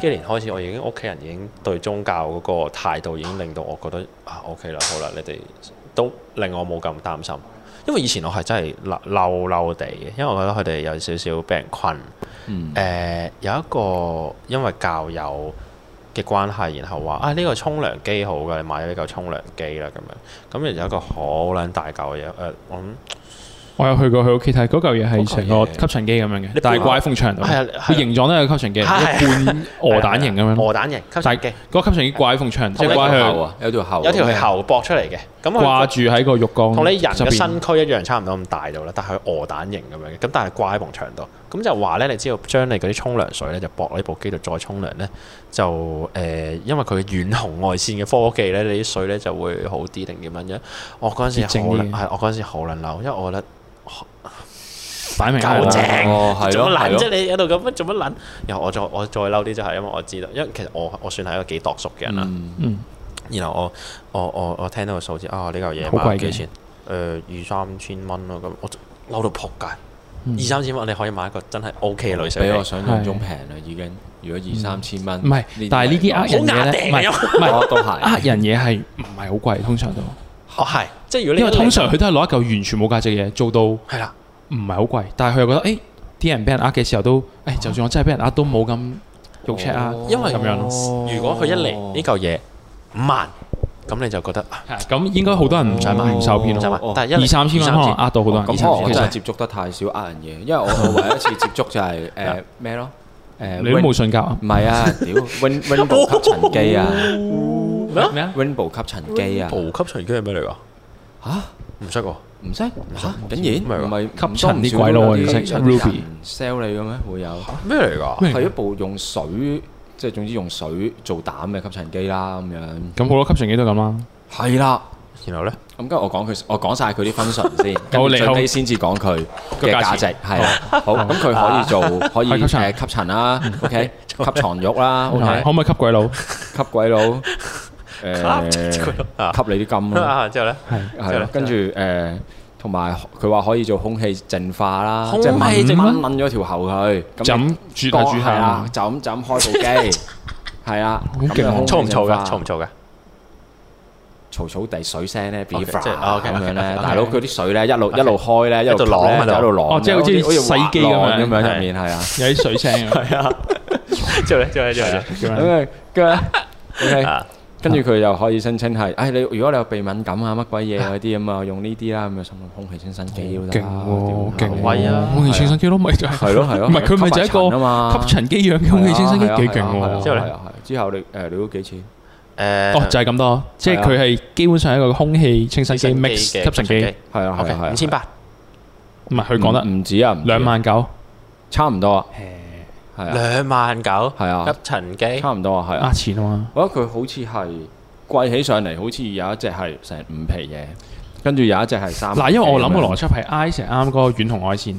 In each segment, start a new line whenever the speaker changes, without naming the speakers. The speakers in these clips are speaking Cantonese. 幾年開始，我已經屋企人已經對宗教嗰個態度已經令到我覺得啊 OK 啦，好啦，你哋都令我冇咁擔心。因為以前我係真係嬲嬲嬲地嘅，因為我覺得佢哋有少少俾人困。誒、
嗯
有一個因為教友嘅關係，然後話啊呢、個沖涼機好㗎，你買咗呢嚿沖涼機啦咁樣。咁然後有一個好撚大嚿嘅嘢，誒、我諗
我有去過佢屋企睇，嗰嚿嘢係成個
嗰嚿嘢
吸塵機咁樣嘅
你，
但
搬
係掛喺埲牆度，
係啊係
佢
啊
形狀都係個吸塵機，一
係啊
半鵝蛋形咁樣咯。
鵝蛋型吸
但
塵
係
機，
嗰個吸塵機掛喺埲牆，即係
有
掛
條喉
喺
啊，有條喉，
有條係喉駁出嚟嘅。咁佢
掛住喺個浴缸
同你人
側
嘅
邊
身軀一樣差唔多咁大到啦，但係佢鵝蛋型咁樣嘅，咁但係掛喺埲牆度，咁就話咧，你知道將你嗰啲沖涼水咧就駁喺部機度再沖涼咧，就誒、呃因為佢遠紅外線嘅科技咧，你啲水咧就會好啲定點樣樣？我嗰陣
潔
時
淨
好撚
啲
係，我嗰陣時好撚嬲，因為我覺得
擺明
à?
夠正
係啦
哦，係
做
咯，
乜
係
撚啫？
咯，
你喺度咁樣做乜撚？然後我再我再嬲啲就係因為我知道，因為其實我我算係一個幾度熟嘅人啦。
嗯
嗯，
然後我我我我聽到個數字啊，呢嚿嘢
好貴
賣
嘅
幾錢？誒、二三千蚊咯，咁我就嬲到仆街。
嗯
二三千蚊你可以買一個真係 O K 嘅女水
比我
機，
想象中平啦，已經。如果二三千蚊，
唔係，但係呢啲呃人嘢咧，唔係唔係
啊
我都係
呃人嘢係唔係好貴？通常都，
哦係，即係如果你
因為通常佢都係攞一嚿完全冇價值嘅嘢做到。
係啦，
唔係好貴，但係佢又覺得誒啲人俾人呃嘅時候都誒，就算我真係俾人呃都冇咁肉赤啊，
因為
咁樣咯。哦
咯
如果佢一嚟呢嚿嘢五萬，咁你就覺得啊
係咁應該好多人唔想買唔受騙
唔使買
咯，
哦，
但係一嚟
二三千蚊可能呃到好多人。
咁
二
可能我真係
三千其實
接觸得太少呃人嘢，因為我我唯一一次接觸就係誒咩咯，誒
你都冇信教啊？
唔係啊，屌 à, Win Winbo 吸塵機啊
咩啊？
，Winbo 吸塵機啊
無，級隨機係咩嚟㗎？
嚇
唔識喎，
唔識嚇，竟然唔係
吸塵啲鬼佬啊你識 Ruby
sell 你嘅咩？會有
咩嚟㗎？
咩嚟㗎
係一部用水，即係總之用水做膽嘅吸塵機啦，咁樣
咁好多吸塵機都咁啦。
係啦。
然後咧，
咁跟住我講佢，我講晒佢啲 function 先，跟
好
住
你
最
好
尾先至講佢
個
嘅
價
價值
錢
係啦。好，咁佢可以做可以
係吸塵
誒吸塵啦，OK，吸床褥啦
係
，OK，
可唔可以吸 鬼佬？
吸鬼佬誒，
吸鬼佬
吸你啲金啦，
啊之後咧，
哦係
係啦，跟住誒。同埋佢話可以做空氣淨化啦，
空
即係
氣淨化
掹掹咗條喉佢，
就咁
你
煮下啊煮
係啦
下，，
就咁就咁開部機， 係啦，
好勁啊
嘈唔嘈㗎？
噶？
嘈唔嘈㗎？
嘈嘈地水聲咧，比
OK，
咁
即係啊，OK，OK，
哦
樣
OK，OK，
咧，
OK
大佬佢啲水咧一路一路開咧，一
一
路
路
吸咧
啷喺度
一路啷，
哦即係好似
好似
洗機咁
滑
樣
浪咁樣
係
入面係啊，
有啲水聲咁
係啊，之後咧，之後咧，之後咧，
樣。
咁啊跟住咧 OK，
啊
跟住佢又可以聲稱係，唉你如果你有鼻敏感啊乜鬼嘢嗰啲咁啊，用呢啲啦，咁啊心諗空氣清新機都得
勁
啦，
喎，
屌
勁
好威啊
喎！空氣清新機咯，咪就係
係咯係咯，
唔係佢咪就係一
吸塵啊嘛
個吸塵機樣嘅空氣清新機，
係啊
幾
係
勁
啊係啊
喎！
之後呢
係啊係啊之後你誒你都幾錢？
誒
哦，就係咁多，即係佢係基本上係一個空氣清新機 mix 吸塵機，
係啊係啊係啊
，OK，五千八，
唔係佢講得
唔唔止啊，唔止啊
兩萬九
差唔多啊，係啊
兩萬九，
係啊
吸塵機，
差唔多啊係啊
呃。錢啊嘛，
我覺得佢好似係貴起上嚟，好似有一隻係成五皮嘢，跟住有一隻係三皮嘢咁樣。
嗱，因為我諗個邏輯係 I 成啱嗰個遠紅外線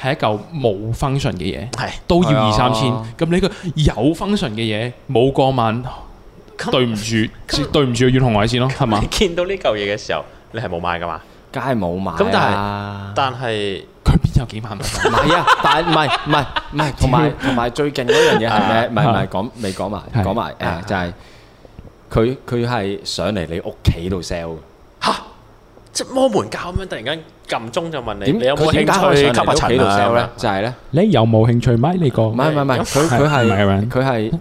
係一嚿冇 function 嘅嘢，
係
都
係
要
啊
二三千，咁你個有 function 嘅嘢冇過萬，對唔住，對唔住個遠紅外線咯，係 嘛啊
你？見到呢嚿嘢嘅時候，你係冇買噶嘛？
梗係冇買
咁
但
但係
佢邊有幾萬蚊？
係唔係啊？ 但係唔係唔係唔係，同埋同埋最勁嗰樣嘢 係咩？唔係唔係講未講埋
係
講埋誒，就係佢佢係上嚟你屋企度 sell 嘅。
吓，即係摩門教咁樣，突然間撳鐘就問你，
點
你有冇
佢
興
點解可
趣
以
吸
上嚟你屋企
塵
度
啊
sell
咁
咧
樣？？
就係咧，
你有冇興趣買呢個？
唔係唔係唔係，佢佢
唔係
係
around
佢係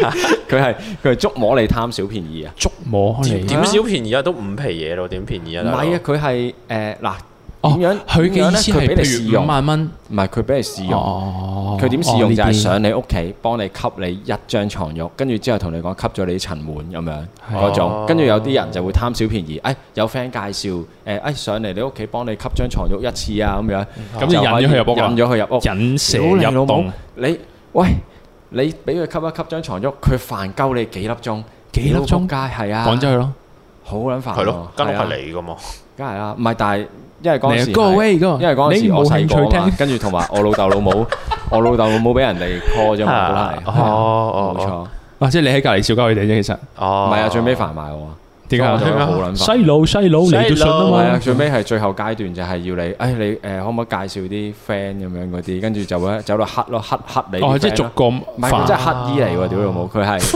誒 佢係佢係捉摸你貪小便宜啊！
觸摸
點
嚟，
點小便宜啊？都五皮嘢咯，點便宜啊？
唔
大佬
係啊，，佢係誒嗱。
哦
點樣，
佢嘅意思
點樣咧佢
係
俾你試
譬如
用
五萬蚊，
唔係佢俾你試用，
哦，
佢點試用
哦
就係，上
呢
你屋企幫你吸你一張床褥，跟住之後同你講吸咗你啲塵蟎咁樣
係
嗰種
哦，
跟住有啲人就會貪小便宜，誒有 friend 介紹誒誒上嚟你屋企幫你吸張床褥一次啊咁樣，
咁就引咗佢入屋啦
引咗佢入屋，
啲引蛇
屌你
入
老
洞
母。，你喂你俾佢吸一吸張床褥，佢煩鳩你幾粒鐘，
幾粒鐘
屌仆街係啊，
講咗佢咯，
好撚煩喎，
係咯，間屋
係啊
係你噶嘛？
梗係啦，唔係，但係因為嗰陣時
你啊，go
係
away 㗎
因為嗰陣
你
時
冇
我細
興
個
趣
啊嘛
聽，
跟住同埋我老豆老 母，我老豆老母俾人哋 call 咗嘛，都係啊
哦
冇
哦
錯，
或者你喺隔離笑鳩佢哋啫，其實。
哦，
唔係啊，最尾煩埋我啊，
點
所以
解
我就
點解
好 撚煩
細佬細佬你都信啊
係啊，
嘛？
最尾係最後階段就係要你，誒你誒可唔可以介紹啲 friend 咁樣嗰啲，跟住就會走到黑咯，黑黑你啲 friend 咯。
哦，即係逐個
唔係佢
煩
真係乞衣嚟喎，屌老母！ 佢係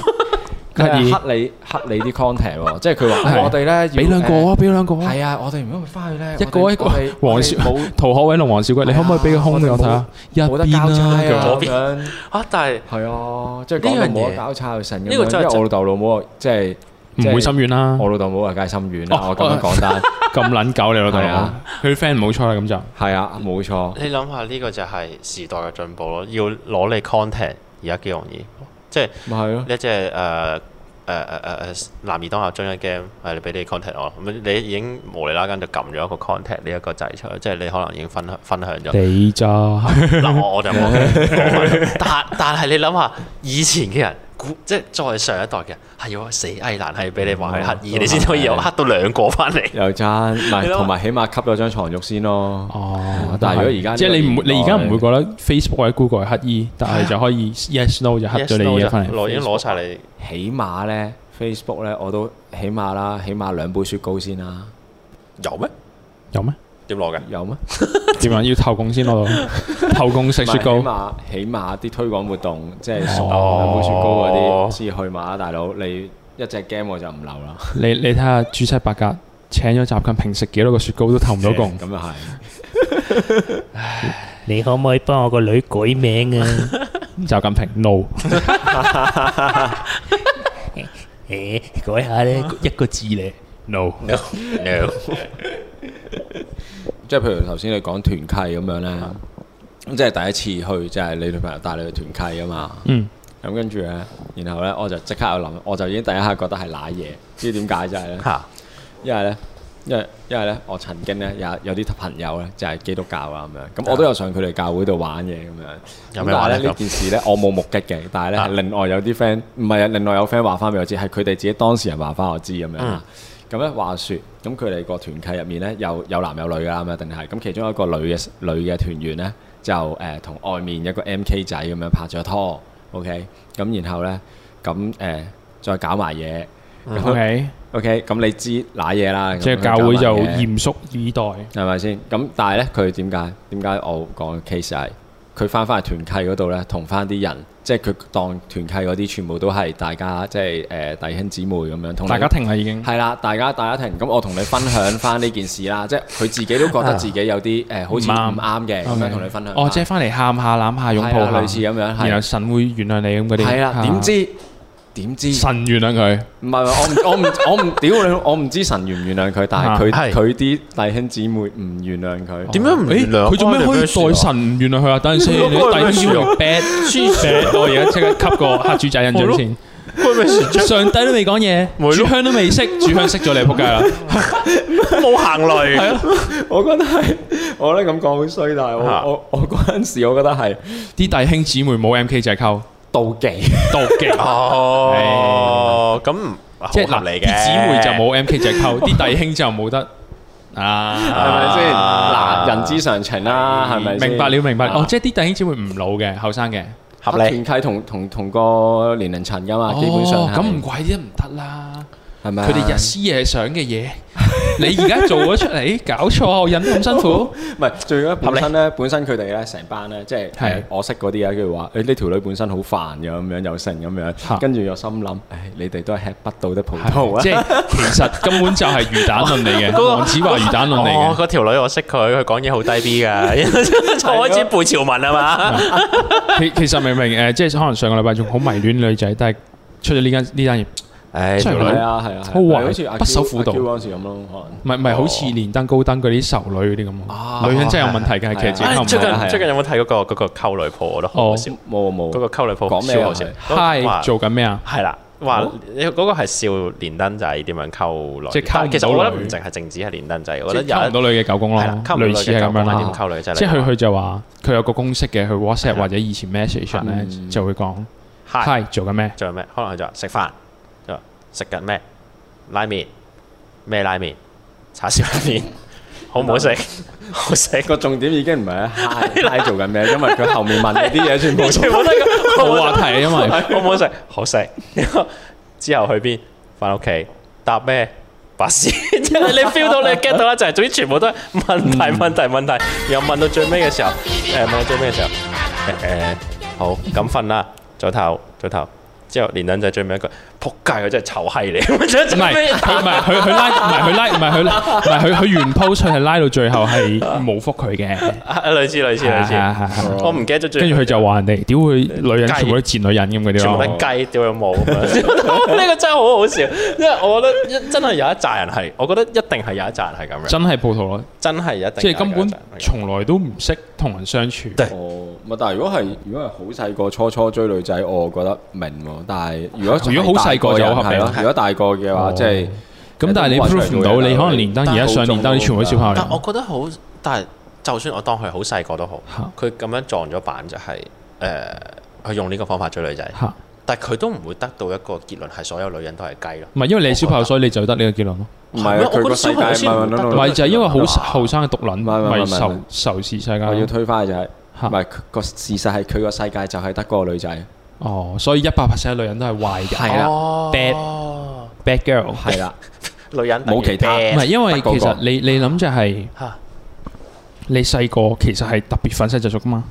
佢係
乞衣
乞你乞你啲 contact 喎，即係佢話
係
我哋咧要
俾兩個啊，俾兩個啊。
係啊，我哋如果翻去咧，
一個
我哋
一個
我哋
黃少
我哋
陶可偉同黃小龜，你可唔可以俾個空俾我睇下？一
冇冇得
邊
交差
啦，咁
啊
嗰
咁
邊
樣。
啊，但係
係啊，即係講到
呢樣嘢
冇得交叉去神咁樣，
呢個真係
因為我老豆老母啊即係
唔會心軟啦，
我老豆老母啊，梗係心軟啦。
哦
我咁樣 講單，
咁撚狗你老豆
係啊，
佢啲 friend 唔好彩啦，咁就
係啊，冇錯。
你諗下呢個就係時代嘅進步咯，要攞你 contact 而家幾容易，即係
咪係咯，
一隻呃誒誒誒誒誒呃男兒當入樽嘅 game，係你俾你 contact 我，咁你已經無厘啦更就撳咗一個 contact 呢一個掣出去，即係你可能已經分享分享咗。
你咋？
嗱，我我就冇嘅但但係你諗下，以前嘅人，古即係再上一代嘅人，係要死翳難係俾你話
哦
係乞兒，
嗯
你先可以有黑到兩個翻嚟。
又爭，唔
係
係
咯
同埋起碼吸咗張床褥先咯。
哦
但係如果而家呢個
即係你唔
年
會，
代
你而家唔會覺得 Facebook 或者 Google 係乞衣，但係就可以 yes no 就黑咗
Yes,
你
no
嘢
就
翻
攞已經
嚟。
攞晒你，
起碼咧，Facebook 咧，我都起碼啦，起碼兩杯雪糕先啦。
有咩？
有咩？
點攞嘅？
有咩？
點啊？要投共先 攞到，投共食雪糕
唔。係起碼起碼啲推廣活動，即係送
哦
兩杯雪糕嗰啲先去嘛，大佬你一隻 game 我就唔留 啦。
你你睇下朱七八格請咗習近平食幾多個雪糕都投唔到共。
咁又係，
你可唔可以幫我個女改名啊？
習近平 no，
诶、改下咧，一個字咧。
no
No no。
即係譬如頭先你講團契咁樣咧，咁即係第一次去，即係你女朋友帶你去團契啊嘛。
嗯，
咁跟住咧，然後咧我就即刻有諗，我就已經第一下覺得係賴嘢，知點解就係咧，
嚇！
因為咧，因為因為咧，我曾經咧有有啲朋友咧就係基督教啦咁樣，咁我都有上佢哋教會度玩嘢咁樣。
啊有
咁但
咩
係
玩
咧
咧
呢件事咧，我冇目擊 嘅，但係咧
啊
係另外有啲 friend 唔係啊，另外有 friend 話翻俾我知，係佢哋自己當事人話翻我知咁樣
啊
啦。咁咧話説，咁佢哋個團契入面咧有有男有女㗎啦，咁一定係咁其中一個女嘅女嘅團員咧就誒同、外面一個 MK 仔咁樣拍咗拖，OK，咁然後咧咁誒再搞埋嘢。
嗯
咁
，OK，
OK，咁你知賴嘢啦，
即係
咁
教會就
搞埋嘢
嚴肅以待。
係咪先？咁但係咧，佢點解點解我講嘅 case 係佢翻翻去團契嗰度咧，同翻啲人，即係佢當團契嗰啲全部都係大家即係誒、呃弟兄姊妹咁樣，同你
大家停啦已經。
係啦，大家大家停。咁我同你分享翻呢件事啦，即係佢自己都覺得自己有啲誒、呃好似
啊唔
唔
啱
啱嘅咁
OK
樣同你分享返。
哦，即係翻嚟喊下、攬下、擁
係
抱
啦
下，
類似咁樣係
然後神會原諒你咁嗰啲。
係啦，
啊
點知點知
神原諒佢？
唔係唔係我唔我唔我唔屌你，我唔知神原唔原諒佢，但係
啊
佢
係
佢啲弟兄姊妹唔原諒佢。
點樣唔
誒
原諒
佢做咩可以代神唔原諒佢啊？等陣先，你弟兄 bad bad，我而家即刻吸個黑豬仔印象先。
關咩事啫？
上帝都未講嘢，
咪咯
主香都 未識，主香識咗你，仆街啦！
冇行雷。係啊，
我覺得係，我覺得咁講好衰，但係我
啊
我我嗰陣時，我覺得係
啲弟兄姊妹冇 M K 仔溝，
妒忌，
妒忌。
哦，咁唔
即係
好
嗱，
合理
啲
嘅。
姊妹就冇 M K 仔溝，啲弟兄就 冇得啊。嗯
係咪先？
啊
嗱，人之常情啦，係咪先？
明白了，明白了。哦
啊，
即係啲弟兄姊妹唔老嘅，後生嘅。
合理。
團契同同同個年齡層噶嘛，基本上
哦
係
咁唔怪之得唔得啦。
係咪啊？
佢哋日思夜想嘅嘢，你而家做咗出嚟，搞錯我忍咁辛苦。
唔係，最緊要本身咧，本身佢哋咧成班咧，即係
係
誒我識嗰啲啊，跟住話誒呢條女本身好煩嘅咁樣，又剩咁
嚇
樣，跟住又心諗，誒你哋都係吃不到的葡萄啊！
即係其實根本就係魚蛋論嚟嘅，黃子華魚蛋論嚟
哦，
嘅。
嗰條女我識佢，佢講嘢好低 B 噶， 開始背潮文啊嘛。
其其實明明誒，即係可能上個禮拜仲好迷戀女仔，但係出咗呢間呢單嘢，
唉，
真係
係啊係啊，
好壞
好似阿
不守婦道
Q 嗰陣時咁咯，可能。
唔係唔係好似連登高登嗰啲仇女嗰啲咁啊
啊
女人真係有問題嘅，
係
其實自己
唉
溝唔
最
到
係啊係
近
啊
最近有冇睇嗰個嗰個溝女鋪？我覺得
哦
好好笑。
冇冇
嗰個溝女鋪
講咩
超
啊
好笑
係。
嗨做緊咩啊？
係啦，話你嗰個係笑連登仔點樣溝女，
即係溝唔到女
其實我覺得唔淨係淨止係連登仔，我
即
覺得
係溝唔
有
到
一
女嘅狗公咯
係啦，溝，唔到女
類似係咁樣
嘅
啦
點。溝女真係
即係佢佢就話啊佢有個公式嘅，佢 WhatsApp 或者以前 message 咧
嗯
就會講
嗨。
嗨做緊咩？
仲有咩？可能佢就話食飯，佢話食緊咩？拉麵咩拉麵？叉燒拉 麵，好唔好食？好食。
個重點已經唔係喺 high high 做緊咩，因為佢後面問嗰啲嘢全部
全
都
部都係咁好唔
冇
好
話
食
題，因為啊
好唔好食？好食。之後去邊？翻屋企搭咩？白 事，即係你 feel 到你 get 到啦，就係總之全部都係問 題問題問題，又問到最尾嘅時候，誒問到最尾嘅時候，誒、誒好咁瞓啦，早唞早唞，之後連兩仔最尾一句，仆街佢真係臭閪你，唔
唔係佢唔係佢佢拉唔係佢拉唔係佢拉唔係佢佢原 post 佢係拉到最後係冇覆佢嘅，
類似類似類似，
係係係啊
我唔記得咗最
跟住佢就話人哋屌佢女人全部都賤女人咁嗰啲
全部
咯
都。雞屌有冇咁樣， 呢個真係好好笑，因為我覺得一真係有一紮人係，我覺得一定係有一紮人係咁樣，
真係葡萄咯，
真係一定有一紮人係咁樣，
即係根本從來都唔識同人相處。
哦，咪但係如果係如果係好細個初初追女仔，我覺得明喎。但係如果
如果好細個就好合理
係咯如果大個嘅話，
哦
即係
咁但係你 prove 唔到，你可能連登而家上連登，你全部都小朋友
啊但我
嚟。
覺得好，但係就算我當佢好細個都好
嚇，
佢咁樣撞咗板就係、誒，佢、用呢個方法追女仔，
嚇，
但係佢都唔會得到一個結論係所有女人都係雞咯。
唔係因為你係小朋友，所以你就得呢個結論咯。
唔係
我
啊
覺得
佢個世界
小朋友先
慢慢
唔得
慢
唔
慢
係就係因為好
慢慢
後生嘅獨
係
撚，
唔係
咪
唔係
仇仇視世界
我要
咯。
推翻嘅就係
嚇
唔係佢個事實係佢個世界就係得嗰個 女仔，
哦，所以一百 percent 女人都係壞人
係啦
哦，
，bad girl。
係啦，
女人
冇其他
唔係因為
得嗰個
其實你你諗就係
嚇
你細個其實係特別粉身疾俗噶嘛。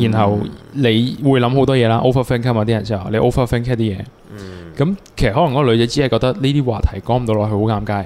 然後你會諗好多嘢啦，overthink 啊嘛啲人之後，你 overthink 一啲嘢。咁其實可能嗰個女仔只係覺得呢啲話題講唔到落去好尷尬，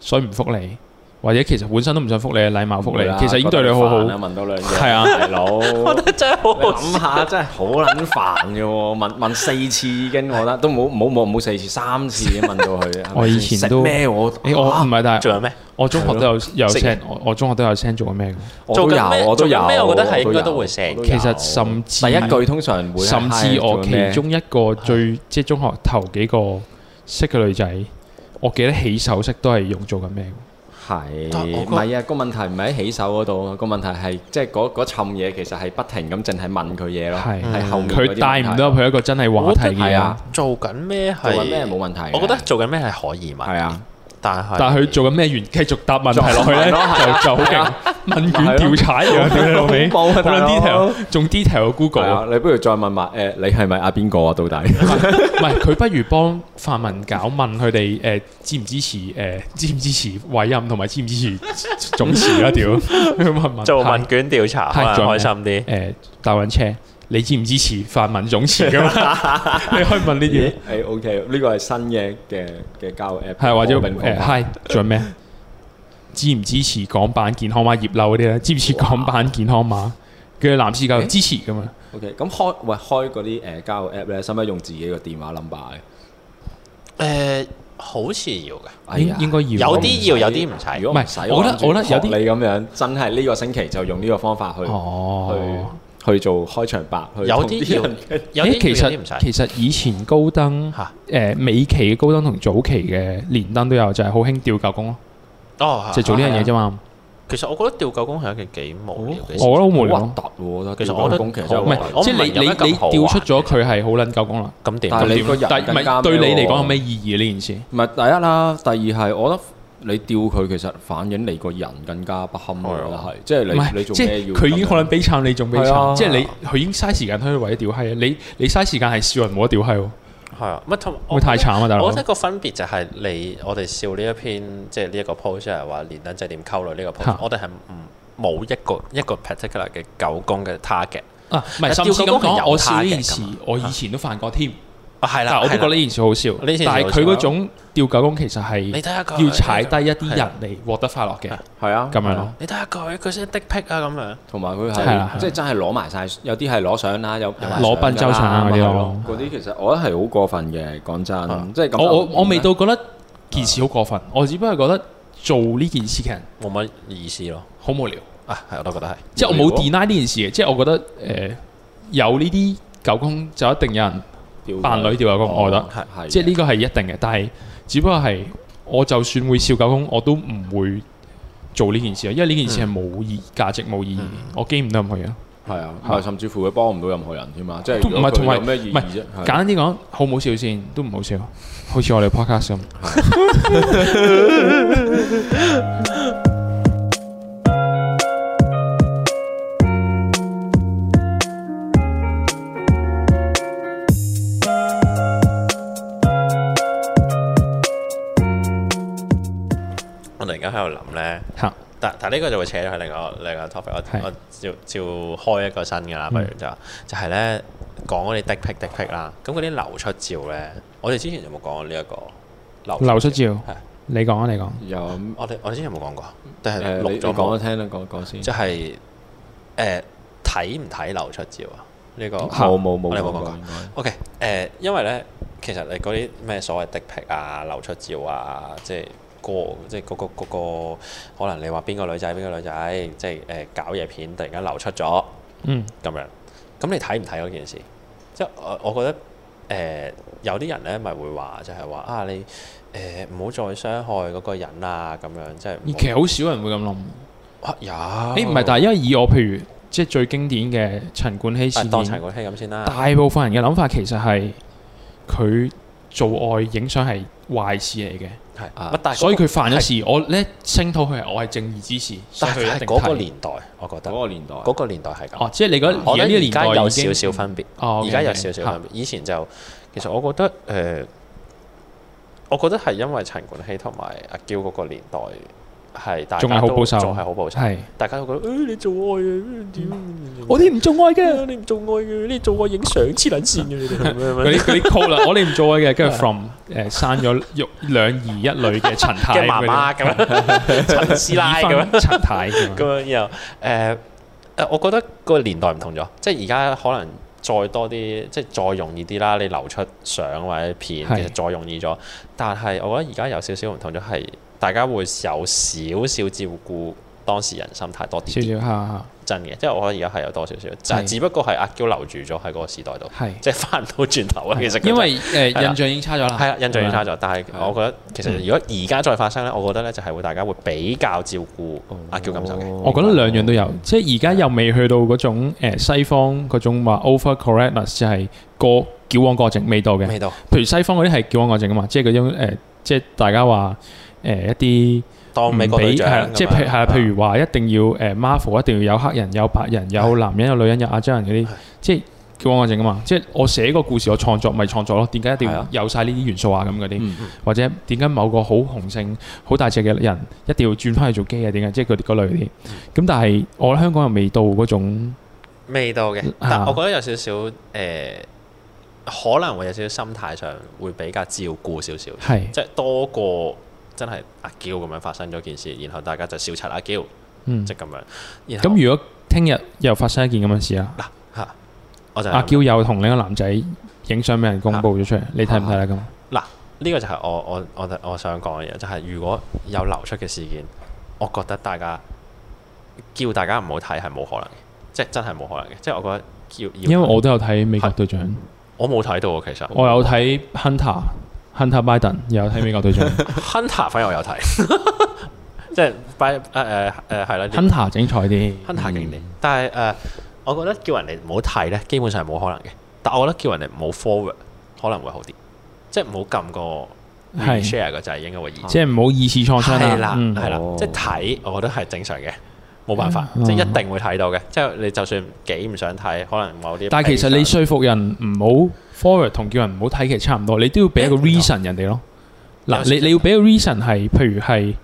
所以唔覆你，或者其實本身都唔想覆你，禮貌覆
冇啦
你，其實已經對你好好
覺。得煩啊問到兩嘢，
係啊
大 佬。
真係好好笑
諗下真係好撚煩嘅喎，問問四次已經，我覺得都冇冇冇冇四次，三次已經問到佢。係咪
我以
先
前
食
都
咩我
誒我唔係，但
仲
係
有咩？
我中學都有有
食
send，我我中學都有 send 做過咩嘅？
我都
做緊咩
有，我都有
做緊咩我覺得係
有
應該都會成
我都有
其實甚至
第一句通常會係
甚至
hi，
我
做咩
其中一個最即係中學頭幾個識嘅女仔，我記得起手式都係用做緊咩？
係
但我
唔
覺得
係啊？個問題唔係喺起手嗰度，個問題係即係嗰嗰層嘢其實係不停咁淨係問佢嘢咯，
係
係後面嗰啲問
佢
題
帶唔到入去一個真係話題嘅
係
嘢
啊，，
做緊咩係？
做緊咩冇問題嘅
我覺得做緊咩係可以問，
係啊，
但係
但係佢做緊咩完繼續答問題落去咧，
作文咯
就就好勁問卷調查一樣，屌你老味，
恐
好
怖啊大
撚
佬
detail，仲 detail 過
係啊
Google，
你不如再問埋誒，你係咪阿邊個啊？到底
唔係佢不如幫泛民搞問佢哋誒支唔支持誒支唔支持委任同埋支唔支持總辭啦，屌佢問問
做問卷調查可
係
能
做
開
咩
心啲。
誒大運呃車，你支唔支持泛民總辭噶 嘛？你可以問呢啲，
誒哎 OK，呢個係新嘅嘅嘅交友 app，
係啊或者
報名方
誒
法
hi 仲有咩？支唔支持港版健康碼葉柳嗰啲咧？支唔支持港版健康碼？嘅男士教育支持噶嘛？
OK，咁開喂開嗰啲誒交友 app 咧，使唔使用自己個電話 number 啊嘅？
誒，好似要嘅，
哎
應
呀哎
應該要
啊有啲要，有啲唔使。
如果唔使，
唔係我覺得
諗住
我覺得有啲
學你咁樣，真係呢個星期就用呢個方法去
哦。
去去做開場白，去
有
同
啲要
人傾，
有
咦
啲
其
要有
實
啲唔使。
其實以前高登
嚇
誒美期嘅高登同早期嘅連登都有，就係好興吊狗公咯，
哦，
就係做呢樣嘢啫嘛。
其實我覺得吊狗公係一啊件幾無聊嘅
我
事
覺得好無
核
聊咯，
突喎，我覺得
其實
吊
我覺得
工其實
好
真係
唔
好核突
我
係
唔
即係
明有
你
咩咁啊
你你
好玩
調出咗佢係好撚狗公啦。
咁
但係
點？啊
啊你個人
但唔
更加啊
係對你
咩
嚟
喎
講有咩意義呢件事？
唔係第一啦，第二係我覺得。你吊佢其實反映你個人更加不堪喎，我覺
啊
得係即係
唔
你你
係，
做
即
咩
係
要咁樣？
佢已經可能悲慘，你仲悲
係啊
慘，即係你佢已經嘥時間喺度為咗屌閪啊！你你嘥時間係笑人冇得屌閪喎，
係啊，乜同
會太慘啊，大佬
我覺！得個分別就係你我哋笑呢一篇即係呢一個 post 係話連登仔點溝女呢個
嚇
post，我哋係唔冇一個一個 particular 嘅狗公嘅 target。
啊，唔係，
但
甚至
吊狗
咁
公係
講，
有
我笑呢件
target
事
㗎嘛，
我以前都犯過添，
啊，係啦，
但我都
係
覺
啦
得呢件事好笑。
呢
但
件事
係
好
佢
笑啊
嗰種吊狗公其實
你睇
係
下佢，
要踩低一
係
啲人嚟獲得快樂嘅，
係啊，
咁樣
係啊
咯。
你睇下佢，佢先的癖啊咁樣。
同埋佢
係啊係
係
啊
即係真係攞埋晒，有啲係攞相啦，有有埋
攞賓州相啊
相㗎
嗰啲
啦
咯啊
嗰啲其實我覺得係好過分嘅，講真，即係咁就。啊
我我我未到覺得件事好過分，我只不過覺得做呢件事嘅人
冇乜意思咯。
好無聊。
啊，係，我都覺得係。
即係我冇 deny 呢件事嘅，即係我覺得誒、呃有呢啲狗公就一定有人
屌佢
扮女屌狗
哦
公，我覺得
係係
即係呢個係一定嘅，但係只不過係我就算會笑狗公，我都唔會做呢件事，因為呢件
嗯
事係冇意價值、冇意義，我 g 唔得入去啊。
係啊，唔係甚至乎佢幫唔到任何人添啊，即係
都唔
如
係
果
同
佢
埋
有咩意
唔
義
係
啫？係
簡單啲講，好唔好笑先？都唔好笑，好似我哋 podcast 咁。
間喺度諗咧，
嚇
但但呢個就會扯咗去另外另外一個 topic，我
係
我照照開一個新嘅啦，不如就就係咧講嗰啲的 pic 的 pic 啦，咁嗰啲流出照咧，我哋之前有冇講過呢一個
流出照
係，
你講啊，你講。
有誒
我哋我哋之前有冇講過？定係
你
錄
你
咗
講
冇
一？聽啦，講講先。
即係誒睇唔睇流出照啊？呢個
哦冇冇冇
我哋冇
講
講過
過，應該
OK，誒、因呃為咧，其實你嗰啲咩所謂的劈啊、流出照啊，即係個即係嗰、個嗰、個可能你話邊個女仔邊個女仔，即係誒、搞嘢片突然間流出咗
嗯，
咁樣，咁你睇唔睇嗰件事？即係我我覺得誒、有啲人咧咪會話就係話啊你誒唔好再傷害嗰個人啊咁樣，即係唔好
其實好少人會咁諗。
啊有
誒唔係，但係因為以我譬如即係最經典嘅陳冠希事
啊當陳
件，
冠希咁先啦，
大部分人嘅諗法其實係佢做愛影相係壞事嚟嘅。
係
啊
乜但係嗰個
所以佢犯咗事，我咧聲討佢係我係正義之士，所以
但
佢一
係
定
嗰個
睇
年代，我覺得
嗰個年代。
嗰個年代係咁。
哦，即係你覺得
我
而
覺
家
得
呢個年代
而家有
已經
少少，分別，
哦
而
，OK，
家有少少分別。以前就其實我覺得誒、呃我覺得係因為陳冠希同埋阿嬌嗰個年代係大
仲係
家
好
都
保守
仲係好保守，
係嗯
大家都覺得誒、哎你做愛啊，哎屌、
我哋唔做愛
哎呀
嘅，
你唔做愛嘅，你做愛影相黐撚線嘅，你哋咁樣
嗰啲嗰啲 call 啦，我哋唔做愛嘅，跟住 from 誒生咗育兩兒一女嘅陳太
嘅媽媽咁樣，陳師奶咁樣。
樣，陳太
咁
咁樣
樣然後誒誒、我覺得個年代唔同咗，即係而家可能再多啲，即係再容易啲啦。你流出相或者片，
係
其實再容易咗。但係我覺得而家有少少唔同咗，係大家會有少少照顧當事人心態多啲
少
啲，
少下
真嘅。即係我覺得而家係有多少少，就係
係
只不過係阿嬌留住咗喺嗰個時代度，
係
即係翻到轉頭啊。其實佢
因為
係
誒
啦
印象已經差咗啦，
係啦，啊印象已經差咗，但係
係
我覺得其實如果而家再發生咧，我覺得咧就係會大家會比較照顧
哦
阿嬌啊感受嘅。
我覺得兩樣都有，即係而家又未去到嗰種誒西方嗰種話 overcorrectness，就係過矯枉過正味道嘅。
味道
譬如西方嗰啲係矯枉過正啊嘛，即係嗰種、呃、即係大家話誒、呃一啲
當哦美
唔
國隊
俾
長
係啦
咁啊
即係譬
樣
係啦，譬如話一定要誒、呃 Marvel 一定要有黑人、有白人、
啊
有男人、有女人、有亞洲人嗰啲
係，
即係矯枉過正啊嘛。即係我寫個故事，我創作咪創作咯，點解一定
係
要
啊
有晒呢啲元素啊咁嗰啲？
嗯
或者點解某個好雄性、好大隻嘅人一定要轉翻去做基啊？點解？即係嗰啲嗰類啲。
嗯
咁但係我覺得香港又未到嗰種
味道嘅
啊，
但我覺得有少少誒、可能會有少少心態上會比較照顧少少，
係
即係多過真係阿嬌咁樣發生咗件事，然後大家就笑柒阿嬌，
嗯。
即係咁樣。然後
咁如果聽日又發生一件咁嘅事啦，
嗱嚇、我就係
阿
咁樣
嬌又同另一個男仔影相俾人公佈咗出嚟，你睇唔睇啦？啊咁
呢個就係我我我我想講嘅嘢，就係、如果有流出嘅事件，我覺得大家叫大家唔好睇係冇可能嘅，即係真係冇可能嘅。即係我覺得叫要
因為我都有睇美國隊長，
我冇睇到喎，其實
我有睇 Hunter。Hunter Biden 又有睇美國 隊長
Hunter 反而我有睇， 即係拜誒誒誒係啦。
，Hunter 精彩啲，
Hunter 勁啲，但係誒、呃我覺得叫人哋唔好睇咧，基本上係冇可能嘅。但我覺得叫人哋唔好 forward 可能會好啲，即係唔好撳個
係
share 個掣，應該會易啲。
即係唔好二次創
係
傷
啦，
啦。嗯
係啦
哦，
即係睇，我覺得係正常嘅，冇辦法，
嗯
即係一定會睇到嘅。即係你就算幾唔想睇，可能某啲，
但係其實你說服人唔好 forward 同叫人唔好睇，其實差唔多，你都要俾一個
嗯
reason 人哋咯。嗱
有，時
你你要俾個 reason 係，譬如係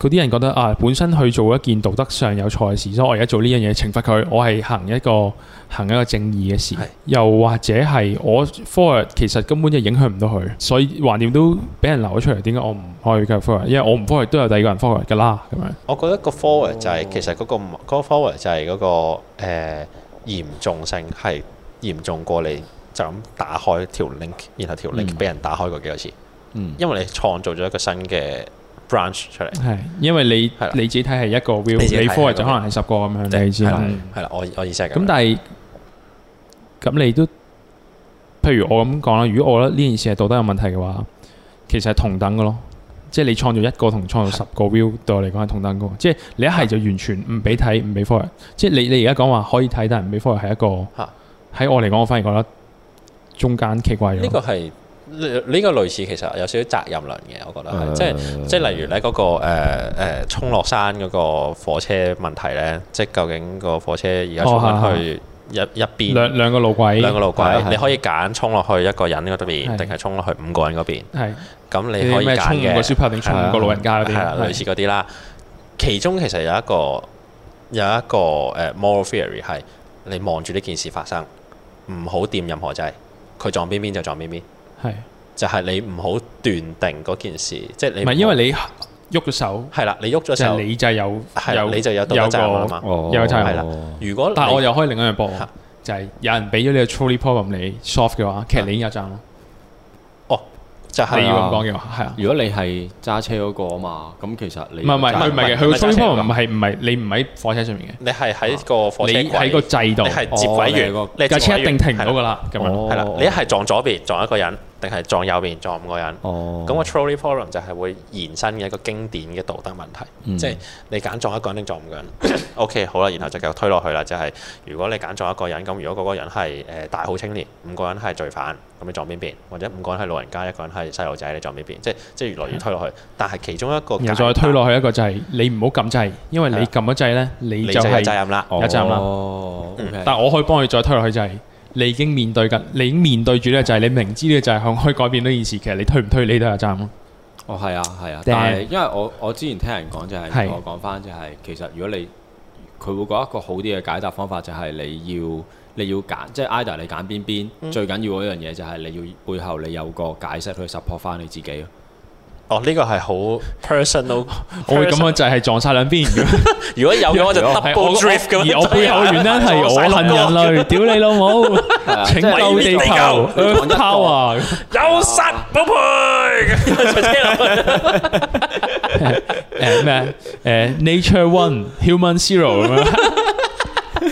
嗰啲人覺得啊，本身去做一件道德上有錯嘅事，所以我而家做呢樣嘢懲罰佢，我係行一個行一個正義嘅事
係，
又或者係我 forward 其實根本就影響唔到佢，所以橫掂都俾人留咗出嚟，點解我唔可以繼續 forward？因為我唔 forward 都有第二個人 forward 㗎啦，咁樣
我覺得個 forward 就係、其實嗰、個唔嗰個 forward 就係嗰、個誒、呃、嚴重性係嚴重過你就咁打開條 link，然後條 link
嗯
俾人打開過幾多次，
嗯
因為你創造咗一個新嘅 branch 出嚟。
係因為你
係啦
你自己睇係一個 view，
你自己睇係一
你
個
forward 就可能係十個咁樣，你知
係啦
啦。
嗯
係啦，我我意思係咁樣。
咁但係咁你都，譬如我咁講啦，如果我覺得呢件事係道德有問題嘅話，其實係同等嘅咯。即係你創造一個同創造十個 view 對我嚟講係同等嘅喎，即係你一係就完全唔俾睇，唔俾 forward。即係你你而家講話可以睇，但係唔俾 forward 係一個
嚇
喺我嚟講，我反而覺得中間奇怪咗。
呢個係呢呢個類似其實有少少責任論嘅，我覺得
啊
係即係。即係例如咧嗰、個誒誒、呃衝落山嗰個火車問題咧，即係究竟個火車而家衝
哦
緊去入入邊
兩兩個路軌，
兩個路
係啊係
軌，
啊
你可以揀衝落去一個人嗰邊，
係
定係衝落去五個人嗰邊。
係
咁你可
啲
以
咩
揀
衝五個
嘅
小朋友定衝五個老人家嗰啲，
係啊啦，類似嗰啲啦。其中其實有一個有一個誒 moral theory 係你望住呢件事發生，唔好掂任何掣，佢撞邊邊就撞邊邊，
係
就係你唔好斷定嗰件事，即係你
唔係因為你喐咗手，
係啦，你喐咗
就係
手，
你就有
係啦
有
你就有道德
有
責任啊
個
嘛。
哦
有差
係啦如果
但
你
我又可以另一樣搏
嚇，
就係有人俾咗你個 trolley problem 你 solve 嘅話，其實你已經有賺咯。
哦就
你
係
要
啊
咁講嘅話，係啊。
如果你係揸車嗰個啊嘛，咁其實你
唔係唔係，佢唔係嘅，佢
唔
個
係
trolley
揸車
problem 唔係唔係你唔喺火車上面
你係喺個火
嘅，
車
你喺個
軌，
制
你
度，
係接軌員
哦，
你係
架
接
車
軌
一
員
定停唔到
係
噶
啦
啦，咁樣
哦
係啦，你一係撞左邊撞一個人，定係撞右邊撞五個人。
哦，
咁個 trolley problem 就係會延伸嘅一個經典嘅道德問題，
嗯
即係你揀撞一個人定撞五個人 ？OK，好啦，然後就繼續推落去啦，就係、如果你揀撞一個人，咁如果嗰個人係誒、呃大好青年，五個人係罪犯，咁你撞邊邊？或者五個人係老人家，一個人係細路仔，你撞邊邊？即係即係越來越推落去，但係其中一個
然後再推落去一個就係你唔好撳掣，因為你
係啦
撳咗掣咧，你
你
就
就有責
係。
任啦。
有責任啦
哦，OK，
但我可以幫佢再推落去就係你已經面對緊，你已經面對住咧就係你明知呢就係向可以改變呢件事，其實你推唔推你都有責任咯。
哦，係啊，係啊，
但
但
係
係因為我我之前聽人講就係、
係
我講翻就係、其實如果你佢會講一個好啲嘅解答方法就係你要你要揀，即係 either 你揀邊邊，最緊要嗰樣嘢就係你要背後你有個解釋去 support 翻你自己咯。
哦，呢、個係好 personal。
我會咁樣就係撞晒兩 邊。
如果有嘅 我就
係我
double drift 咁樣
而我背後原 因係我恨 人類，屌你老母，請救地球，Earth 啊 Power，
有失不 配，咁樣就聽落去
誒咩誒 Nature One，Human Zero 咁樣，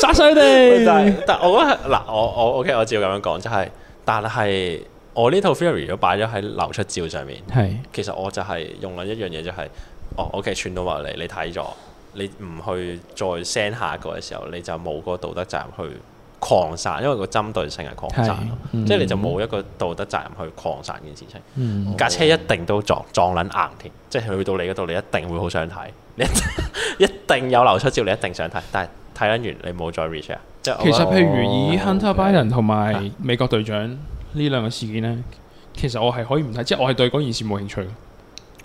殺晒佢
但
哋
係，但係我覺得嗱，我我 OK，我照咁樣講，即係，但係我呢套 theory 都擺咗喺流出照上面。
係
其實我就係用緊一樣嘢，就係，哦，OK，串到埋嚟，你睇咗，你唔去再 send 下一個嘅時候，你就冇個道德責任去擴散，因為個針對性係擴散咯，
係嗯
即係你就冇一個道德責任去擴散件事情。
嗯。
架車一定都撞撞撚硬添，即係去到你嗰度，你一定會好想睇，你一 一定有流出照，你一定想睇，但係睇緊完你冇再 reach 啊，即係我
其實
覺得
譬如以 Hunter
OK
Biden 同
啊
埋美國隊長呢兩個事件呢，其實我係可以唔睇，即係我係對嗰件事冇興趣嘅。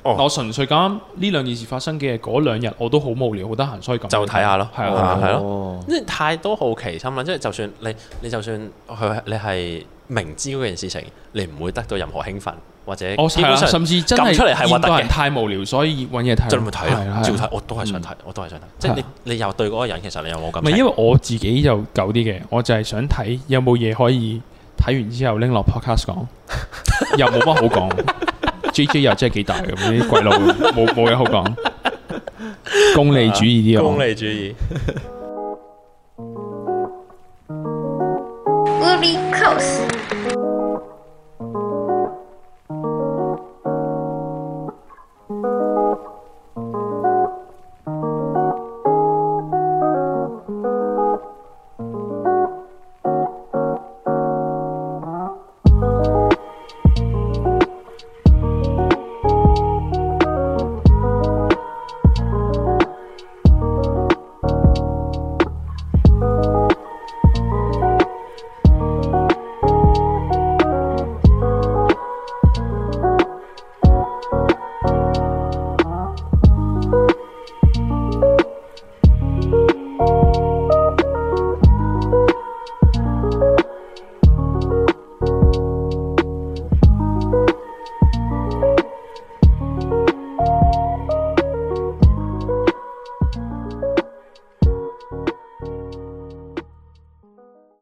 哦
我純粹咁啱呢兩件事發生嘅嗰兩日，我都好無聊，好得閒，所以咁
就睇下咯
係
啊
啊，
係
咯，
即係太多好奇心啦，即係就算你你就算佢你係明知嗰件事情，你唔會得到任何興奮或者
我
基
係啊
本上
甚至真
撳出嚟係
係
核
現
突嘅
代人太無聊，所以揾嘢睇。
就咪睇
係
咯，
啊
照。
係
睇
啊
我都係想睇，我都係想睇，即係
係啊
你你又對嗰個人其實你又冇
唔
感
係
情
因為我自己就舊啲嘅，我就係想睇有冇嘢可以睇完之後拎落 podcast 講， 又冇乜好講。J J 又真係幾大咁啲鬼佬，冇冇嘢好講。功利主義啲我
功利主義。
Ruby Coast.